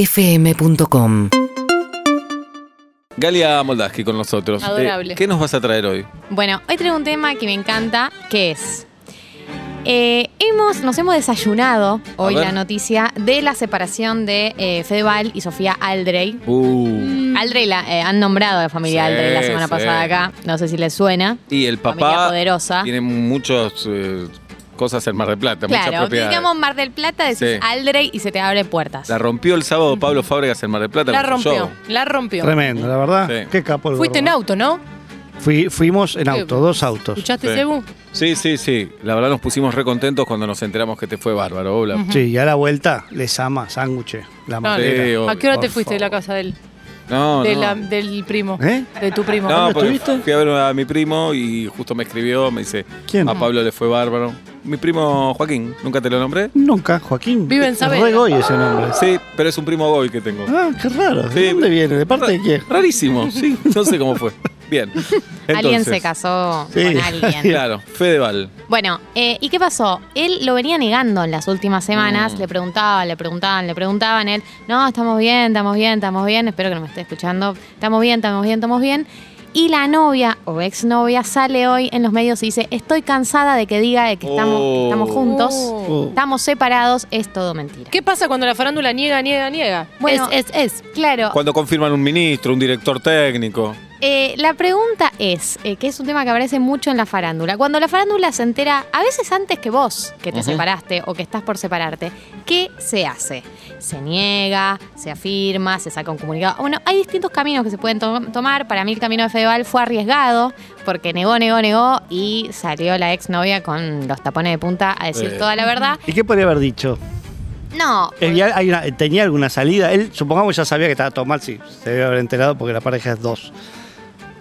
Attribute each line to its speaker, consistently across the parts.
Speaker 1: urbanaplayfm.com
Speaker 2: Galia Moldaski con nosotros. Eh,
Speaker 3: Adorable.
Speaker 2: ¿Qué nos vas a traer hoy?
Speaker 3: Bueno, hoy traigo un tema que me encanta, que es. eh, hemos, nos hemos desayunado hoy
Speaker 2: ver.
Speaker 3: la noticia de la separación de eh, Fedeval y Sofía Aldrey.
Speaker 2: Uh.
Speaker 3: Aldrey la, eh, han nombrado a la familia
Speaker 2: Sí,
Speaker 3: Aldrey la semana
Speaker 2: sí.
Speaker 3: pasada acá. No sé si les suena.
Speaker 2: Y el
Speaker 3: Familia
Speaker 2: papá
Speaker 3: poderosa.
Speaker 2: tiene muchas cosas en Mar del Plata, muchas
Speaker 3: claro,
Speaker 2: propiedades.
Speaker 3: digamos Mar del Plata, decís
Speaker 2: Sí.
Speaker 3: Aldrey y se te abren puertas.
Speaker 2: La rompió el sábado Pablo Fábregas en Mar del Plata.
Speaker 4: La
Speaker 2: con su
Speaker 4: rompió,
Speaker 2: show.
Speaker 4: la rompió.
Speaker 5: Tremendo, la verdad.
Speaker 2: Sí.
Speaker 5: Qué capo el
Speaker 4: Fuiste en
Speaker 5: gordo.
Speaker 4: auto, pues, ¿no?
Speaker 5: Fui- fuimos en auto, dos autos.
Speaker 4: ¿Escuchaste,
Speaker 2: Sí.
Speaker 4: Sebu?
Speaker 2: Sí, sí, sí. La verdad nos pusimos recontentos cuando nos enteramos que te fue bárbaro. Hola.
Speaker 5: Sí, y a la vuelta les ama sándwiches, la
Speaker 4: No,
Speaker 5: madera.
Speaker 2: Sí, obvio,
Speaker 4: ¿A qué hora te
Speaker 2: por
Speaker 4: fuiste de la
Speaker 2: favor.
Speaker 4: casa del,
Speaker 2: No,
Speaker 4: de
Speaker 2: no.
Speaker 4: la- del primo?
Speaker 5: ¿Eh?
Speaker 4: De tu primo.
Speaker 2: No,
Speaker 4: ¿Cuándo
Speaker 2: porque
Speaker 4: estuviste?
Speaker 2: fui a ver a mi primo y justo me escribió, me dice,
Speaker 5: ¿Quién?
Speaker 2: a Pablo le fue bárbaro. Mi primo Joaquín, ¿nunca te lo nombré?
Speaker 5: Nunca, Joaquín.
Speaker 4: Vive en
Speaker 5: Es
Speaker 4: Saavedra.
Speaker 5: re goy ese nombre.
Speaker 2: Sí, pero es un primo Goy que tengo.
Speaker 5: Ah, qué raro. ¿De
Speaker 2: Sí.
Speaker 5: dónde viene? ¿De parte de
Speaker 2: Ra-
Speaker 5: quién?
Speaker 2: Rarísimo, sí, no sé cómo fue. Bien.
Speaker 3: alguien se
Speaker 2: Entonces,
Speaker 3: casó
Speaker 5: Sí.
Speaker 3: con alguien.
Speaker 2: Claro, Fedeval.
Speaker 3: Bueno, eh, ¿y qué pasó? Él lo venía negando en las últimas semanas. Le preguntaban, le preguntaban, le preguntaban. Él, no, estamos bien, estamos bien, estamos bien. Espero que no me esté escuchando. Estamos bien, estamos bien, estamos bien. Y la novia o exnovia sale hoy en los medios y dice, estoy cansada de que diga de que estamos, que estamos
Speaker 2: Oh.
Speaker 3: juntos,
Speaker 4: Oh.
Speaker 3: estamos separados, es todo mentira.
Speaker 4: ¿Qué pasa cuando la farándula niega, niega, niega?
Speaker 3: Bueno,
Speaker 4: es, es, es.
Speaker 3: Claro,
Speaker 2: Cuando confirman un ministro, un director técnico.
Speaker 3: Eh, la pregunta es, eh, que es un tema que aparece mucho en la farándula. Cuando la farándula se entera, a veces antes que vos, que te
Speaker 2: Ujú.
Speaker 3: separaste o que estás por separarte, ¿qué se hace? Se niega, se afirma, se saca un comunicado. Bueno, hay distintos caminos que se pueden to- tomar. Para mí el camino de Fedeval fue arriesgado porque negó, negó, negó y salió la exnovia con los tapones de punta a decir
Speaker 2: Eh.
Speaker 3: toda la verdad.
Speaker 5: ¿Y qué podría haber dicho?
Speaker 3: No,
Speaker 5: Eh, ya hay una- ¿Tenía alguna salida? Él, supongamos, ya sabía que estaba todo mal, sí. Se debe haber enterado porque la pareja es dos.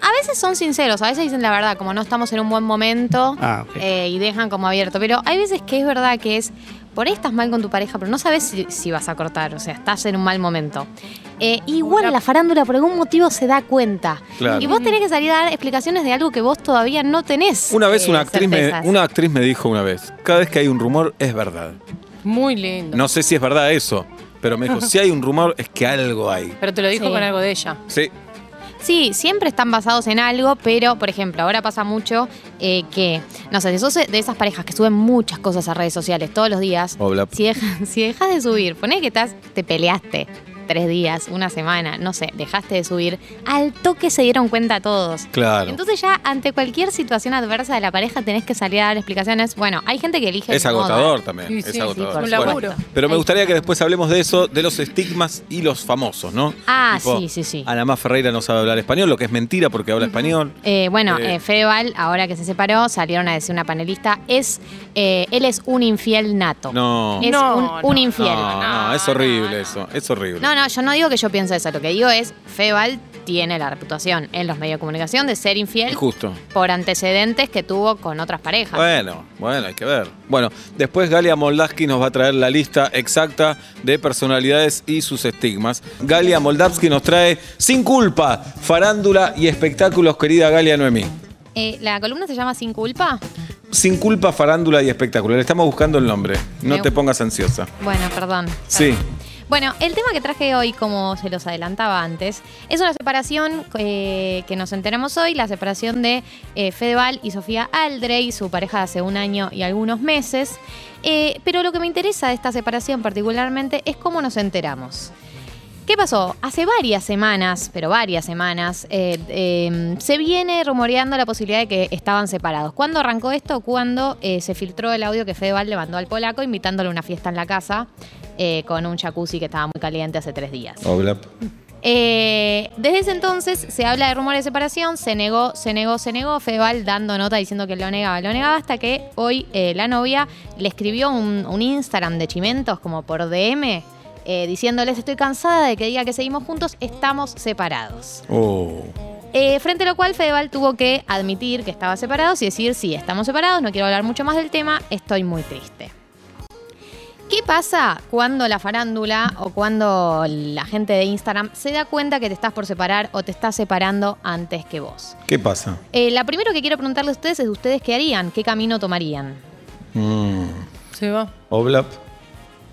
Speaker 3: A veces son sinceros, a veces dicen la verdad, como no estamos en un buen momento
Speaker 5: Ah, ok.
Speaker 3: eh, y dejan como abierto. Pero hay veces que es verdad que es, por ahí estás mal con tu pareja, pero no sabes si, si vas a cortar, o sea, estás en un mal momento. Eh, igual la farándula por algún motivo se da cuenta.
Speaker 2: Claro.
Speaker 3: Y vos tenés que salir a dar explicaciones de algo que vos todavía no tenés.
Speaker 2: Una vez
Speaker 3: eh,
Speaker 2: una actriz, me,
Speaker 3: certezas.
Speaker 2: una actriz me dijo una vez, cada vez que hay un rumor es verdad.
Speaker 4: Muy lindo.
Speaker 2: No sé si es verdad eso, pero me dijo, si hay un rumor es que algo hay.
Speaker 4: Pero te lo dijo
Speaker 3: Sí.
Speaker 4: con algo de ella.
Speaker 2: Sí,
Speaker 3: Sí, siempre están basados en algo, pero por ejemplo, ahora pasa mucho eh, que, no sé, si sos de esas parejas que suben muchas cosas a redes sociales todos los días,
Speaker 2: Obla.
Speaker 3: si dejas, si dejas de subir, poné que estás, te peleaste tres días, una semana, no sé, dejaste de subir, al toque se dieron cuenta todos.
Speaker 2: claro.
Speaker 3: Entonces ya ante cualquier situación adversa de la pareja tenés que salir a dar explicaciones. Bueno, hay gente que elige...
Speaker 2: Es
Speaker 3: no dar.
Speaker 2: agotador también.
Speaker 4: Sí,
Speaker 2: es
Speaker 4: sí,
Speaker 2: agotador.
Speaker 4: sí, por
Speaker 2: Bueno,
Speaker 4: supuesto.
Speaker 2: pero me
Speaker 3: Ahí
Speaker 2: gustaría
Speaker 3: está.
Speaker 2: que después hablemos de eso, de los estigmas y los famosos, ¿no?
Speaker 3: Ah,
Speaker 2: Tipo,
Speaker 3: sí, sí, sí.
Speaker 2: Ana Má Ferreira no sabe hablar español, lo que es mentira porque habla español.
Speaker 3: Eh, bueno,
Speaker 2: Eh.
Speaker 3: eh, Fedeval, ahora que se separó, salieron a decir una panelista, es eh, él es un infiel nato.
Speaker 2: No.
Speaker 3: Es
Speaker 4: No,
Speaker 3: un,
Speaker 4: no,
Speaker 3: un infiel.
Speaker 2: No, no, es horrible eso. Es horrible.
Speaker 3: No, no, yo no digo que yo piense eso. Lo que digo es, Fedeval tiene la reputación en los medios de comunicación de ser infiel
Speaker 2: Injusto.
Speaker 3: por antecedentes que tuvo con otras parejas.
Speaker 2: Bueno, bueno, hay que ver. Bueno, después Galia Moldavsky nos va a traer la lista exacta de personalidades y sus estigmas. Galia Moldavsky nos trae Sin Culpa, Farándula y Espectáculos, querida Galia Noemí.
Speaker 3: Eh, la columna se llama Sin Culpa.
Speaker 2: Sin Culpa, Farándula y Espectáculos. Le estamos buscando el nombre. No
Speaker 3: Me-
Speaker 2: te pongas ansiosa.
Speaker 3: Bueno, perdón.
Speaker 2: Sí.
Speaker 3: Bueno, el tema que traje hoy, como se los adelantaba antes, es una separación eh, que nos enteramos hoy, la separación de eh, Fedeval y Sofía Aldrey, su pareja de hace un año y algunos meses. Eh, pero lo que me interesa de esta separación particularmente es cómo nos enteramos. ¿Qué pasó? Hace varias semanas, pero varias semanas, eh, eh, se viene rumoreando la posibilidad de que estaban separados. ¿Cuándo arrancó esto? Cuando eh, se filtró el audio que Fedeval le mandó al polaco invitándole a una fiesta en la casa eh, con un jacuzzi que estaba muy caliente hace tres días. Eh, desde ese entonces se habla de rumores de separación, se negó, se negó, se negó, Fedeval dando nota diciendo que lo negaba, lo negaba hasta que hoy eh, la novia le escribió un, un Instagram de Chimentos como por DM eh, diciéndoles estoy cansada de que diga que seguimos juntos, estamos separados.
Speaker 2: Oh.
Speaker 3: Eh, frente a lo cual Fedeval tuvo que admitir que estaba separados y decir, sí, estamos separados, no quiero hablar mucho más del tema, estoy muy triste. ¿Qué pasa cuando la farándula o cuando la gente de Instagram se da cuenta que te estás por separar o te estás separando antes que vos?
Speaker 2: ¿Qué pasa?
Speaker 3: Eh, la primero que quiero preguntarle a ustedes es ustedes qué harían, qué camino tomarían.
Speaker 4: Se va.
Speaker 2: Oblap.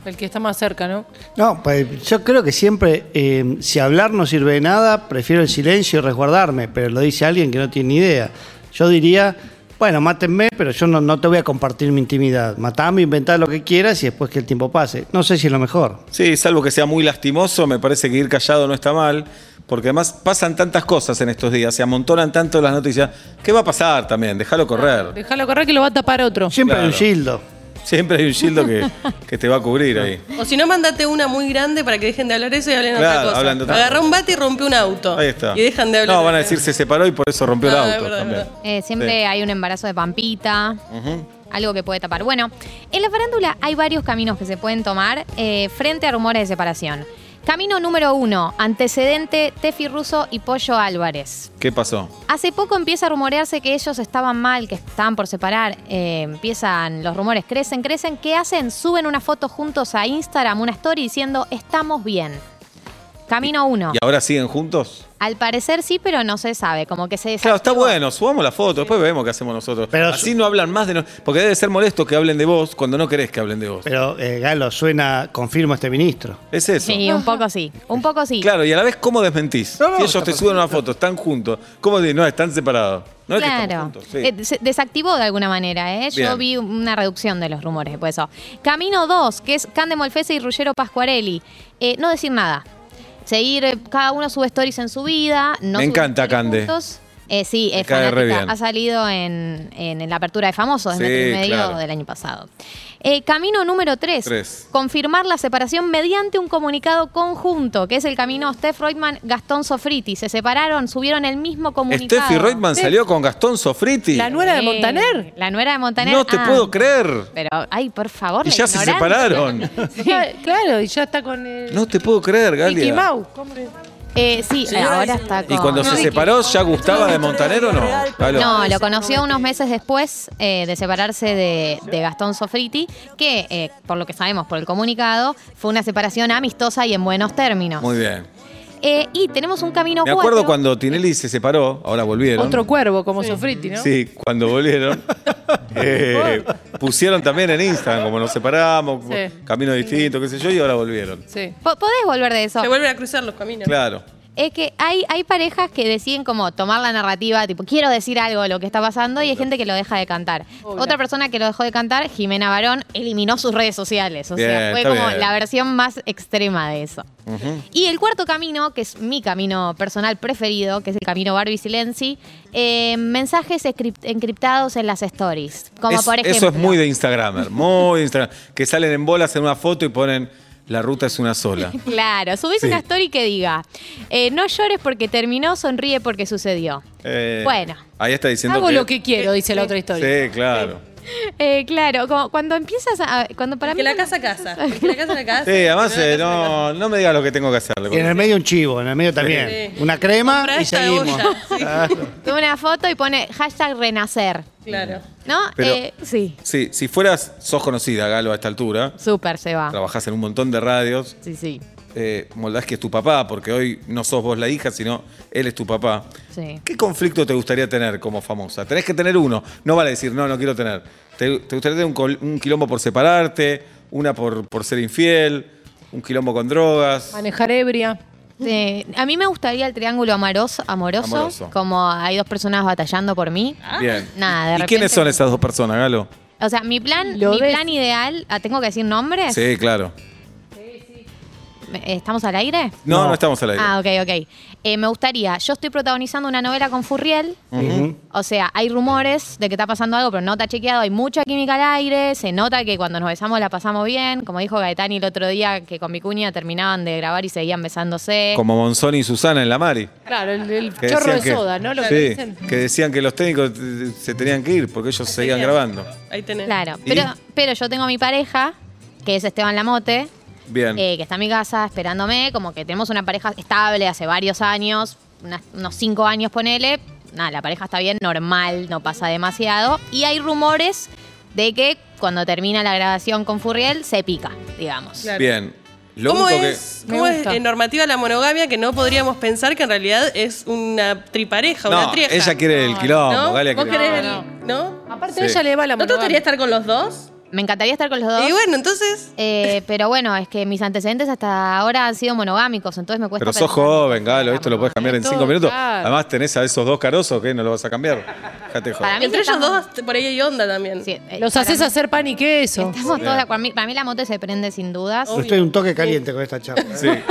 Speaker 4: El que está más cerca, ¿no?
Speaker 5: No, pues yo creo que siempre, eh, si hablar no sirve de nada, prefiero el silencio y resguardarme, pero lo dice alguien que no tiene ni idea. Yo diría, bueno, mátenme, pero yo no, no te voy a compartir mi intimidad. Matame, inventá lo que quieras y después que el tiempo pase. No sé si es lo mejor.
Speaker 2: Sí, salvo que sea muy lastimoso, me parece que ir callado no está mal, porque además pasan tantas cosas en estos días, se amontonan tanto las noticias. ¿Qué va a pasar también? Déjalo correr.
Speaker 4: Déjalo correr que lo va a tapar otro.
Speaker 5: Siempre hay un
Speaker 2: Claro.
Speaker 5: gildo.
Speaker 2: Siempre hay un shieldo que, que te va a cubrir ahí.
Speaker 1: O si no, mandate una muy grande para que dejen de hablar eso y hablen
Speaker 2: Claro,
Speaker 1: otra cosa.
Speaker 2: hablan de otra
Speaker 1: Agarra
Speaker 2: cosa.
Speaker 1: un bate y rompe un auto.
Speaker 2: Ahí está.
Speaker 1: Y dejan de hablar.
Speaker 2: No, van a decir se separó y por eso rompió
Speaker 1: No,
Speaker 2: el
Speaker 1: es
Speaker 2: auto
Speaker 1: verdad, es
Speaker 2: también.
Speaker 1: verdad.
Speaker 3: Eh, siempre
Speaker 2: Sí.
Speaker 3: hay un embarazo de pampita.
Speaker 2: Ujú.
Speaker 3: Algo que puede tapar. Bueno, en la farándula hay varios caminos que se pueden tomar eh, frente a rumores de separación. Camino número uno, antecedente Tefi Russo y Pollo Álvarez.
Speaker 2: ¿Qué pasó?
Speaker 3: Hace poco empieza a rumorearse que ellos estaban mal, que estaban por separar. Eh, empiezan los rumores, crecen, crecen. ¿Qué hacen? Suben una foto juntos a Instagram, una story diciendo estamos bien. Camino uno.
Speaker 2: ¿Y ahora siguen juntos?
Speaker 3: Al parecer sí, pero no se sabe. Como que se
Speaker 2: Claro, está
Speaker 3: desactivó.
Speaker 2: bueno, subamos la foto, después vemos qué hacemos nosotros.
Speaker 5: Pero
Speaker 2: Así no hablan más de nosotros. Porque debe ser molesto que hablen de vos cuando no querés que hablen de vos.
Speaker 5: Pero eh, Galo, suena, confirmo este ministro.
Speaker 2: Es eso.
Speaker 3: Sí, un poco sí. Un poco sí.
Speaker 2: Claro, y a la vez, ¿cómo desmentís?
Speaker 5: No, no,
Speaker 2: si ellos
Speaker 5: está
Speaker 2: te suben una foto, están juntos, ¿cómo decís? No, están separados. No es que estamos
Speaker 3: Claro.
Speaker 2: juntos, sí.
Speaker 3: Eh, se desactivó de alguna manera, ¿eh?
Speaker 2: Bien.
Speaker 3: Yo vi una reducción de los rumores después de eso. Camino 2, que es Cande Molfese y Ruggero Pascuarelli. Eh, no decir nada. Seguir, eh, cada uno sube stories en su vida. No
Speaker 2: Me
Speaker 3: subir
Speaker 2: encanta
Speaker 3: stories
Speaker 2: Cande.
Speaker 3: juntos. Eh, sí,
Speaker 2: Me
Speaker 3: es
Speaker 2: cae re
Speaker 3: fanática.
Speaker 2: bien.
Speaker 3: Ha salido en, en la apertura de famosos, en
Speaker 2: Sí,
Speaker 3: Metro y medio
Speaker 2: claro.
Speaker 3: del año pasado. Eh, camino número 3.
Speaker 2: Tres.
Speaker 3: Confirmar la separación mediante un comunicado conjunto, que es el camino Steph Reutemann, Gastón Sofriti. Se separaron, subieron el mismo comunicado.
Speaker 2: Steffi Reutemann salió con Gastón Sofriti.
Speaker 4: La nuera de
Speaker 3: Sí,
Speaker 4: Montaner.
Speaker 3: Eh, La nuera de Montaner.
Speaker 2: No te
Speaker 3: Ah,
Speaker 2: puedo creer.
Speaker 3: Pero, ay, por favor.
Speaker 2: Y
Speaker 3: la
Speaker 2: ya se
Speaker 3: ignorancia.
Speaker 2: separaron.
Speaker 4: Claro, y ya está con el.
Speaker 2: No te puedo creer,
Speaker 4: Mickey
Speaker 2: Galia.
Speaker 4: Mouse. Hombre.
Speaker 3: Eh, sí, ahora está con...
Speaker 2: Y cuando se
Speaker 3: No,
Speaker 2: separó, ¿ya gustaba de Montanero o no? Galo.
Speaker 3: No, lo conoció unos meses después eh, de separarse de, de Gastón Sofriti, que, eh, por lo que sabemos por el comunicado, fue una separación amistosa y en buenos términos.
Speaker 2: Muy bien.
Speaker 3: Eh, y tenemos un camino
Speaker 2: Me acuerdo
Speaker 3: cuatro.
Speaker 2: cuando Tinelli se separó, ahora volvieron.
Speaker 4: Otro cuervo, como Sofriti, ¿no?
Speaker 2: Sí, cuando volvieron. eh, pusieron también en Instagram, como nos separamos, como
Speaker 4: Sí.
Speaker 2: camino distinto, qué sé yo, y ahora volvieron.
Speaker 4: Sí.
Speaker 3: Po- Podés volver de eso.
Speaker 1: Se vuelven a cruzar los caminos.
Speaker 2: Claro.
Speaker 3: Es que hay, hay parejas que deciden como tomar la narrativa, tipo, quiero decir algo de lo que está pasando, y hay gente que lo deja de cantar. Otra persona que lo dejó de cantar, Jimena Barón, eliminó sus redes sociales. O sea,
Speaker 2: Bien,
Speaker 3: fue
Speaker 2: está
Speaker 3: como
Speaker 2: bien.
Speaker 3: la versión más extrema de eso. Y el cuarto camino, que es mi camino personal preferido, que es el camino Barbie Silenzi, eh, mensajes escript- encriptados en las stories. Como
Speaker 2: Es-
Speaker 3: por ejemplo.
Speaker 2: Eso es muy de Instagramer, muy de Instagram. Que salen en bolas en una foto y ponen la ruta es una sola.
Speaker 3: Claro, subís
Speaker 2: Sí.
Speaker 3: una story que diga, eh, no llores porque terminó, sonríe porque sucedió.
Speaker 2: Eh,
Speaker 3: Bueno.
Speaker 2: Ahí está diciendo
Speaker 4: Hago lo que quiero, dice la otra historia.
Speaker 2: Sí, claro.
Speaker 3: Eh, claro, como cuando empiezas a. Cuando para
Speaker 1: Porque
Speaker 3: mí.
Speaker 1: la casa casa. Porque la casa la casa.
Speaker 2: Sí, además,
Speaker 1: Porque
Speaker 2: eh,
Speaker 1: la casa
Speaker 2: no, no me digas lo que tengo que hacerle.
Speaker 5: Y en el medio un chivo, en el medio también.
Speaker 1: Sí.
Speaker 5: Una crema
Speaker 1: Comprá
Speaker 5: y
Speaker 1: esta
Speaker 5: seguimos. Ah,
Speaker 1: olla, sí.
Speaker 5: Claro.
Speaker 3: Toma una foto y pone hashtag renacer.
Speaker 1: Claro.
Speaker 3: ¿No?
Speaker 2: Pero-
Speaker 3: Eh, sí.
Speaker 2: Sí, si fueras, sos conocida, Galo, a esta altura.
Speaker 3: Súper se va.
Speaker 2: Trabajás en un montón de radios.
Speaker 3: Sí, sí.
Speaker 2: Eh, Moldaski es tu papá, porque hoy no sos vos la hija, sino él es tu papá.
Speaker 3: Sí.
Speaker 2: ¿Qué conflicto te gustaría tener como famosa? Tenés que tener uno. No vale decir, no, no quiero tener. ¿Te, te gustaría tener un, col- un quilombo por separarte? ¿Una por, por ser infiel? ¿Un quilombo con drogas?
Speaker 4: Manejar ebria.
Speaker 3: Sí, A mí me gustaría el triángulo amaroso, amoroso,
Speaker 2: Amoroso. Ah.
Speaker 3: Como hay dos personas batallando por mí.
Speaker 2: Bien.
Speaker 3: Nada, de
Speaker 2: ¿Y quiénes
Speaker 3: repente-
Speaker 2: son esas dos personas, Galo?
Speaker 3: O sea, mi plan,
Speaker 4: Lo
Speaker 3: mi
Speaker 4: ves.
Speaker 3: plan ideal. ah, ¿Tengo que decir nombres?
Speaker 2: Sí, claro.
Speaker 3: Eh, ¿Estamos al aire?
Speaker 2: No, no,
Speaker 5: No.
Speaker 2: estamos al aire.
Speaker 3: Ah, ok, ok. Eh, me gustaría, yo estoy protagonizando una novela con Furriel. O sea, hay rumores de que está pasando algo, pero no está chequeado. Hay mucha química al aire. Se nota que cuando nos besamos la pasamos bien. Como dijo Gaetani el otro día, que con Vicuña terminaban de grabar y seguían besándose.
Speaker 2: Como Monzón y Susana en la Mari.
Speaker 4: Claro, el, el
Speaker 2: que
Speaker 4: chorro de
Speaker 2: decían que-
Speaker 4: soda, ¿no? Lo
Speaker 2: sí,
Speaker 4: que dicen.
Speaker 2: que decían que los técnicos eh, se tenían que ir porque ellos seguían grabando.
Speaker 1: Ahí tenés.
Speaker 3: Claro.
Speaker 2: ¿Y?
Speaker 3: Pero, pero yo tengo mi pareja, que es Esteban Lamote,
Speaker 2: Bien.
Speaker 3: eh, que está en mi casa esperándome. Como que tenemos una pareja estable hace varios años, unas- unos cinco años, ponele. Nada, la pareja está bien, normal, no pasa demasiado. Y hay rumores de que cuando termina la grabación con Furriel, se pica, digamos.
Speaker 1: Claro.
Speaker 2: Bien. Lo
Speaker 1: ¿Cómo
Speaker 2: único
Speaker 1: es,
Speaker 4: Me
Speaker 1: cómo es,
Speaker 4: gusta.
Speaker 1: eh, normativa la monogamia que no podríamos pensar que en realidad es una tripareja,
Speaker 2: que.
Speaker 1: una
Speaker 2: No,
Speaker 1: trieja?
Speaker 2: ella quiere el quilombo,
Speaker 1: ¿No?
Speaker 2: Galia
Speaker 1: ¿Vos
Speaker 2: quiere-
Speaker 1: querés
Speaker 4: No,
Speaker 1: el- ¿No?
Speaker 4: Aparte,
Speaker 2: Sí.
Speaker 4: ella le va la
Speaker 1: ¿No te
Speaker 4: monogamia.
Speaker 1: gustaría estar con los dos?
Speaker 3: Me encantaría estar con los dos.
Speaker 1: Y bueno, entonces.
Speaker 3: Eh, pero bueno, es que mis antecedentes hasta ahora han sido monogámicos, entonces me cuesta.
Speaker 2: Pero sos
Speaker 3: pensar.
Speaker 2: joven, Galo, esto lo puedes cambiar en
Speaker 4: Todo,
Speaker 2: cinco minutos.
Speaker 4: claro.
Speaker 2: Además tenés a esos dos carosos que no lo vas a cambiar. Déjate joder.
Speaker 3: Para mí
Speaker 1: Entre
Speaker 3: sí
Speaker 1: ellos
Speaker 3: estamos-
Speaker 1: dos, por ahí hay onda también.
Speaker 3: Sí, eh,
Speaker 4: Los
Speaker 3: para
Speaker 4: haces
Speaker 3: mí-
Speaker 4: hacer pan y queso.
Speaker 3: Estamos todos de acuerdo. Mi- Para mí la mote se prende sin dudas.
Speaker 5: Pero estoy un toque caliente con esta charla. ¿eh?
Speaker 2: Sí.
Speaker 5: Algo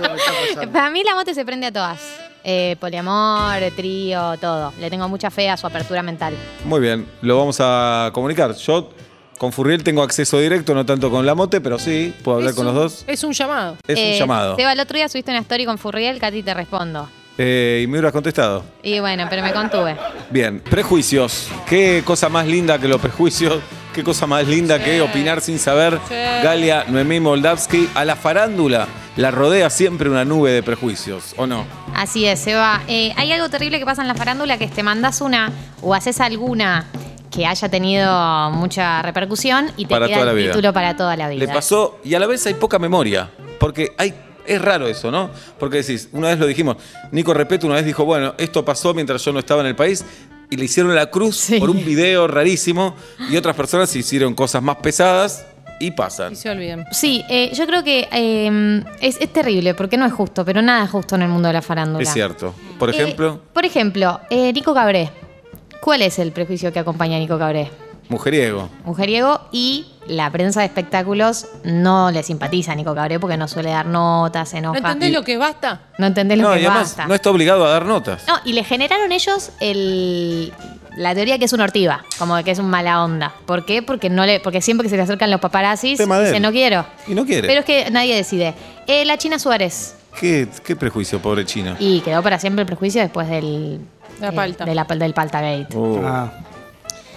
Speaker 5: me está pasando.
Speaker 3: Para mí la mote se prende a todas. Eh, poliamor, trío, todo. Le tengo mucha fe a su apertura mental.
Speaker 2: Muy bien, lo vamos a comunicar. Yo con Furriel tengo acceso directo, no tanto con la mote, pero sí, puedo hablar
Speaker 4: Es
Speaker 2: con los
Speaker 4: un-
Speaker 2: dos.
Speaker 4: Es un llamado.
Speaker 2: Es
Speaker 3: Eh,
Speaker 2: un llamado.
Speaker 3: Seba, el otro día subiste una story con Furriel, Katy, te respondo.
Speaker 2: Eh, y me hubieras contestado.
Speaker 3: Y bueno, pero me contuve.
Speaker 2: Bien, prejuicios. Qué cosa más linda que los prejuicios. Qué cosa más linda que opinar sin saber. Galia Noemí Moldavsky, a la farándula la rodea siempre una nube de prejuicios, ¿o no?
Speaker 3: Así es, Seba. Eh, hay algo terrible que pasa en la farándula que es te mandas una o haces alguna que haya tenido mucha repercusión y te
Speaker 2: Para
Speaker 3: queda
Speaker 2: toda
Speaker 3: el
Speaker 2: la vida.
Speaker 3: título para toda la vida.
Speaker 2: Le pasó, y a la vez hay poca memoria, porque hay, es raro eso, ¿no? Porque decís, una vez lo dijimos, Nico Repeto una vez dijo, bueno, esto pasó mientras yo no estaba en el país, y le hicieron la cruz
Speaker 3: Sí.
Speaker 2: por un video rarísimo, y otras personas hicieron cosas más pesadas y pasan.
Speaker 4: Y se olvidan.
Speaker 3: Sí, eh, yo creo que eh, es, es terrible porque no es justo, pero nada es justo en el mundo de la farándula.
Speaker 2: Es cierto. Por
Speaker 3: Eh,
Speaker 2: ejemplo,
Speaker 3: por ejemplo, eh, Nico Cabré. ¿Cuál es el prejuicio que acompaña a Nico Cabré?
Speaker 2: mujeriego.
Speaker 3: Mujeriego y la prensa de espectáculos no le simpatiza a Nico Cabré porque no suele dar notas, se
Speaker 4: ¿No
Speaker 3: enoja.
Speaker 4: entendés lo que basta?
Speaker 3: No entendés lo
Speaker 2: No,
Speaker 3: que
Speaker 2: y además
Speaker 3: basta.
Speaker 2: no está obligado a dar notas.
Speaker 3: No, y le generaron ellos el, la teoría que es una ortiva, como que es un mala onda. ¿Por qué? Porque no le, porque siempre que se le acercan los paparazzis,
Speaker 2: Tema de él.
Speaker 3: dice no quiero.
Speaker 2: Y no quiere.
Speaker 3: Pero es que nadie decide. Eh, la China Suárez.
Speaker 2: ¿Qué, qué prejuicio, pobre China?
Speaker 3: Y quedó para siempre el prejuicio después del,
Speaker 4: La
Speaker 3: eh,
Speaker 4: palta.
Speaker 3: de la pal- del Paltagate.
Speaker 2: Oh.
Speaker 5: Ah,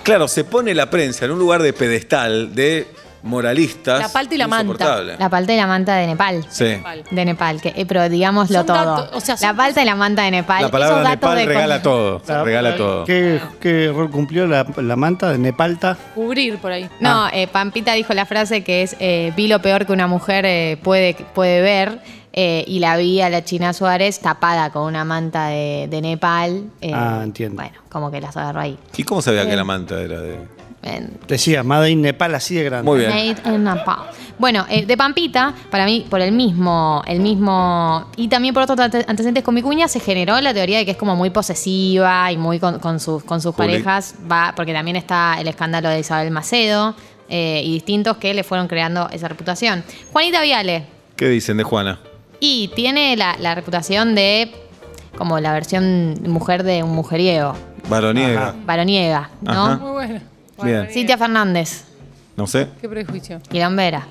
Speaker 2: Claro, se pone la prensa en un lugar de pedestal de moralistas.
Speaker 4: La palta y la manta.
Speaker 2: insoportable.
Speaker 3: La palta y la manta de Nepal.
Speaker 2: Sí.
Speaker 4: Pal.
Speaker 3: De Nepal, que, eh, pero digámoslo
Speaker 4: Son
Speaker 3: todo.
Speaker 4: datos, o sea, son
Speaker 3: la palta y la manta de Nepal.
Speaker 2: La palabra
Speaker 3: esos datos
Speaker 2: Nepal
Speaker 3: de
Speaker 2: regala
Speaker 3: con-
Speaker 2: todo. regala todo.
Speaker 5: ¿Qué, qué rol cumplió la, la manta de Nepalta?
Speaker 4: Cubrir por ahí.
Speaker 3: No,
Speaker 2: Ah.
Speaker 3: eh, Pampita dijo la frase que es eh, vi lo peor que una mujer eh, puede, puede ver eh, y la vi a la China Suárez tapada con una manta de, de Nepal. eh,
Speaker 5: Ah, entiendo.
Speaker 3: Bueno, como que las agarró ahí.
Speaker 2: ¿Y cómo sabía que la manta era de.?
Speaker 3: En-
Speaker 5: Decía, Made in Nepal así de grande.
Speaker 2: Muy bien.
Speaker 3: Made in Nepal. Bueno, eh, de Pampita, para mí, por el mismo, el mismo, y también por otros ante- antecedentes con mi cuña, se generó la teoría de que es como muy posesiva y muy con, con sus, con sus
Speaker 2: Juli.
Speaker 3: parejas, va, porque también está el escándalo de Isabel Macedo eh, y distintos que le fueron creando esa reputación. Juanita Viale,
Speaker 2: ¿Qué dicen de Juana?
Speaker 3: y tiene la, la reputación de como la versión mujer de un mujeriego,
Speaker 2: Varoniega.
Speaker 3: varoniega, ¿no?
Speaker 2: Ajá.
Speaker 4: Muy bueno.
Speaker 2: Bien.
Speaker 4: Bueno,
Speaker 3: Cintia Fernández,
Speaker 2: No sé.
Speaker 4: Qué prejuicio.
Speaker 3: quilombera.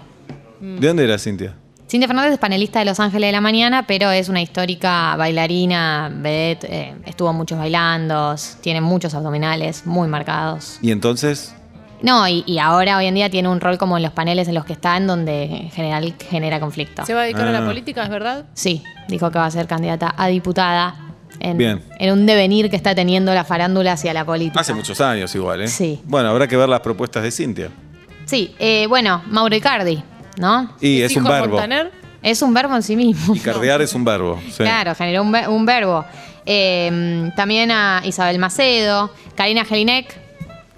Speaker 3: Mm.
Speaker 2: ¿De dónde era Cintia?
Speaker 3: Cintia Fernández es panelista de Los Ángeles de la Mañana, pero es una histórica bailarina, vedette, eh, estuvo en muchos bailandos, tiene muchos abdominales muy marcados.
Speaker 2: Y entonces.
Speaker 3: No, y, y ahora hoy en día tiene un rol como en los paneles en los que están, donde en general genera conflicto.
Speaker 4: Se va a dedicar a
Speaker 2: Ah.
Speaker 4: la política, ¿es verdad?
Speaker 3: Sí, dijo que va a ser candidata a diputada en,
Speaker 2: Bien.
Speaker 3: en un devenir que está teniendo la farándula hacia la política.
Speaker 2: Hace muchos años igual, ¿eh?
Speaker 3: Sí.
Speaker 2: Bueno, habrá que ver las propuestas de Cintia.
Speaker 3: Sí, eh, bueno, Mauro Icardi, ¿no?
Speaker 2: Y es un
Speaker 4: hijo
Speaker 2: verbo.
Speaker 4: Montaner?
Speaker 3: Es un verbo en sí mismo.
Speaker 2: Y cardear es un verbo. sí.
Speaker 3: Claro, generó un, ver- un verbo. Eh, también a Isabel Macedo, Karina Jelinek,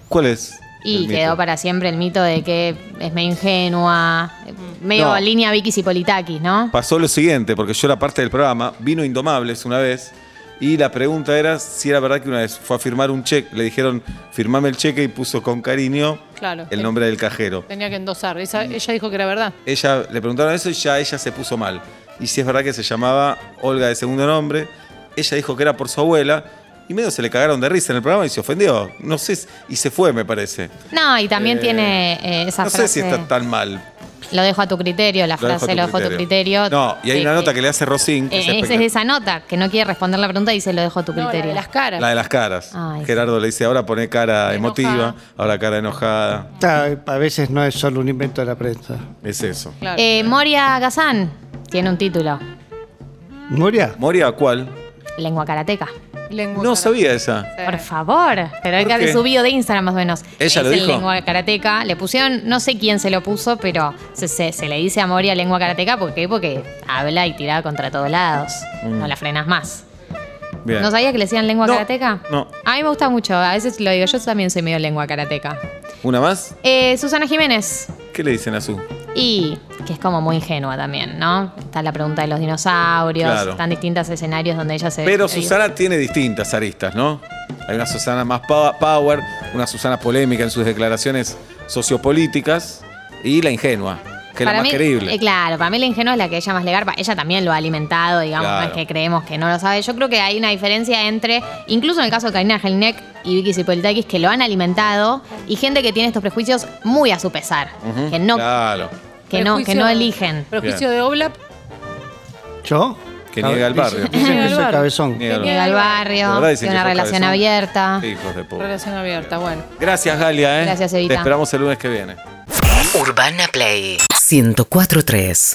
Speaker 2: ¿Cuál es?
Speaker 3: y
Speaker 2: el
Speaker 3: quedó
Speaker 2: mito?
Speaker 3: para siempre el mito de que es medio ingenua, eh, medio
Speaker 2: No.
Speaker 3: línea Vicky Cipolitakis, ¿no?
Speaker 2: Pasó lo siguiente, porque yo era parte del programa, vino Indomables una vez y la pregunta era si era verdad que una vez fue a firmar un cheque, le dijeron firmame el cheque y puso con cariño
Speaker 4: Claro.
Speaker 2: el nombre del cajero.
Speaker 4: Tenía que endosar. Esa- ella dijo que era verdad.
Speaker 2: Ella le preguntaron eso y ya ella se puso mal. Y si es verdad que se llamaba Olga de segundo nombre, ella dijo que era por su abuela y medio se le cagaron de risa en el programa y se ofendió. No sé, si- y se fue, me parece.
Speaker 3: No, y también
Speaker 2: Eh,
Speaker 3: tiene eh, esa
Speaker 2: No sé
Speaker 3: frase.
Speaker 2: si está tan mal.
Speaker 3: Lo dejo a tu criterio, la
Speaker 2: Lo dejo a
Speaker 3: frase
Speaker 2: tu
Speaker 3: lo dejo a tu criterio.
Speaker 2: No, y hay
Speaker 3: Eh,
Speaker 2: una nota
Speaker 3: eh,
Speaker 2: que le hace Rosín. que
Speaker 3: eh,
Speaker 2: es
Speaker 3: esa es
Speaker 2: espectacular.
Speaker 3: de esa nota, que no quiere responder la pregunta y dice lo dejo a tu
Speaker 4: No, la
Speaker 3: criterio.
Speaker 4: de las caras.
Speaker 2: La de las caras.
Speaker 3: Ay,
Speaker 2: Gerardo le dice, ahora pone cara
Speaker 4: Enojada.
Speaker 2: emotiva, ahora cara enojada.
Speaker 5: Está- a veces no es solo un invento de la prensa.
Speaker 2: Es eso.
Speaker 4: Claro.
Speaker 3: Eh, Moria Gazán tiene un título,
Speaker 5: ¿Moria?
Speaker 2: ¿Moria cuál?
Speaker 3: Lengua Karateca.
Speaker 4: Lengua
Speaker 2: No
Speaker 4: cara.
Speaker 2: sabía esa.
Speaker 4: Sí.
Speaker 3: Por favor, pero hay
Speaker 2: ¿Por
Speaker 3: que haber
Speaker 2: qué?
Speaker 3: subido de Instagram más o menos.
Speaker 2: ¿Ella
Speaker 3: Le
Speaker 2: lo
Speaker 3: dicen
Speaker 2: dijo?
Speaker 3: Lengua Karateca. Le pusieron, no sé quién se lo puso, pero se, se- se le dice a Moria Lengua Karateca porque, porque habla y tira contra todos lados. No la frenas más.
Speaker 2: Mm. Bien.
Speaker 3: ¿No sabía que le decían lengua
Speaker 2: No,
Speaker 3: karateca?
Speaker 2: no.
Speaker 3: A mí me gusta mucho. A veces lo digo, yo también soy medio lengua karateca.
Speaker 2: ¿Una más?
Speaker 3: Eh, Susana Jiménez.
Speaker 2: ¿Qué le dicen a su?
Speaker 3: Y que es como muy ingenua también, ¿no? Está la pregunta de los dinosaurios,
Speaker 2: Claro.
Speaker 3: están distintos escenarios donde ella se...
Speaker 2: Pero
Speaker 3: se-
Speaker 2: Susana tiene distintas aristas, ¿no? Hay una Susana más pa- power, una Susana polémica en sus declaraciones sociopolíticas y la ingenua, que es la
Speaker 3: Para
Speaker 2: más
Speaker 3: mí-
Speaker 2: querible.
Speaker 3: eh, claro, para mí la ingenua es la que ella más le garpa. Ella también lo ha alimentado, digamos,
Speaker 2: Claro.
Speaker 3: no es que creemos que no lo sabe. Yo creo que hay una diferencia entre, incluso en el caso de Karina Gelnek y Vicky Zipolitakis, que lo han alimentado, y gente que tiene estos prejuicios muy a su pesar,
Speaker 2: Ujú,
Speaker 3: que, no,
Speaker 2: Claro,
Speaker 3: que, no, que
Speaker 4: Prejuicio-
Speaker 3: no eligen.
Speaker 4: Prejuicio
Speaker 2: Bien.
Speaker 4: de Oblap.
Speaker 5: ¿Yo?
Speaker 2: Que niega el barrio.
Speaker 5: Dicen- Dicen
Speaker 4: Niega
Speaker 5: que
Speaker 4: el
Speaker 5: soy
Speaker 4: barrio.
Speaker 5: cabezón.
Speaker 2: niega lo-
Speaker 4: Genial.
Speaker 3: Llega al barrio,
Speaker 2: La verdad dicen
Speaker 3: tiene una
Speaker 2: que sos
Speaker 3: relación
Speaker 2: cabezón.
Speaker 3: abierta.
Speaker 2: Hijos de puta.
Speaker 4: Relación abierta, bueno.
Speaker 2: Gracias, Galia, ¿eh?
Speaker 3: Gracias, Evita.
Speaker 2: Te esperamos el lunes que viene.
Speaker 6: Urbana Play 104.3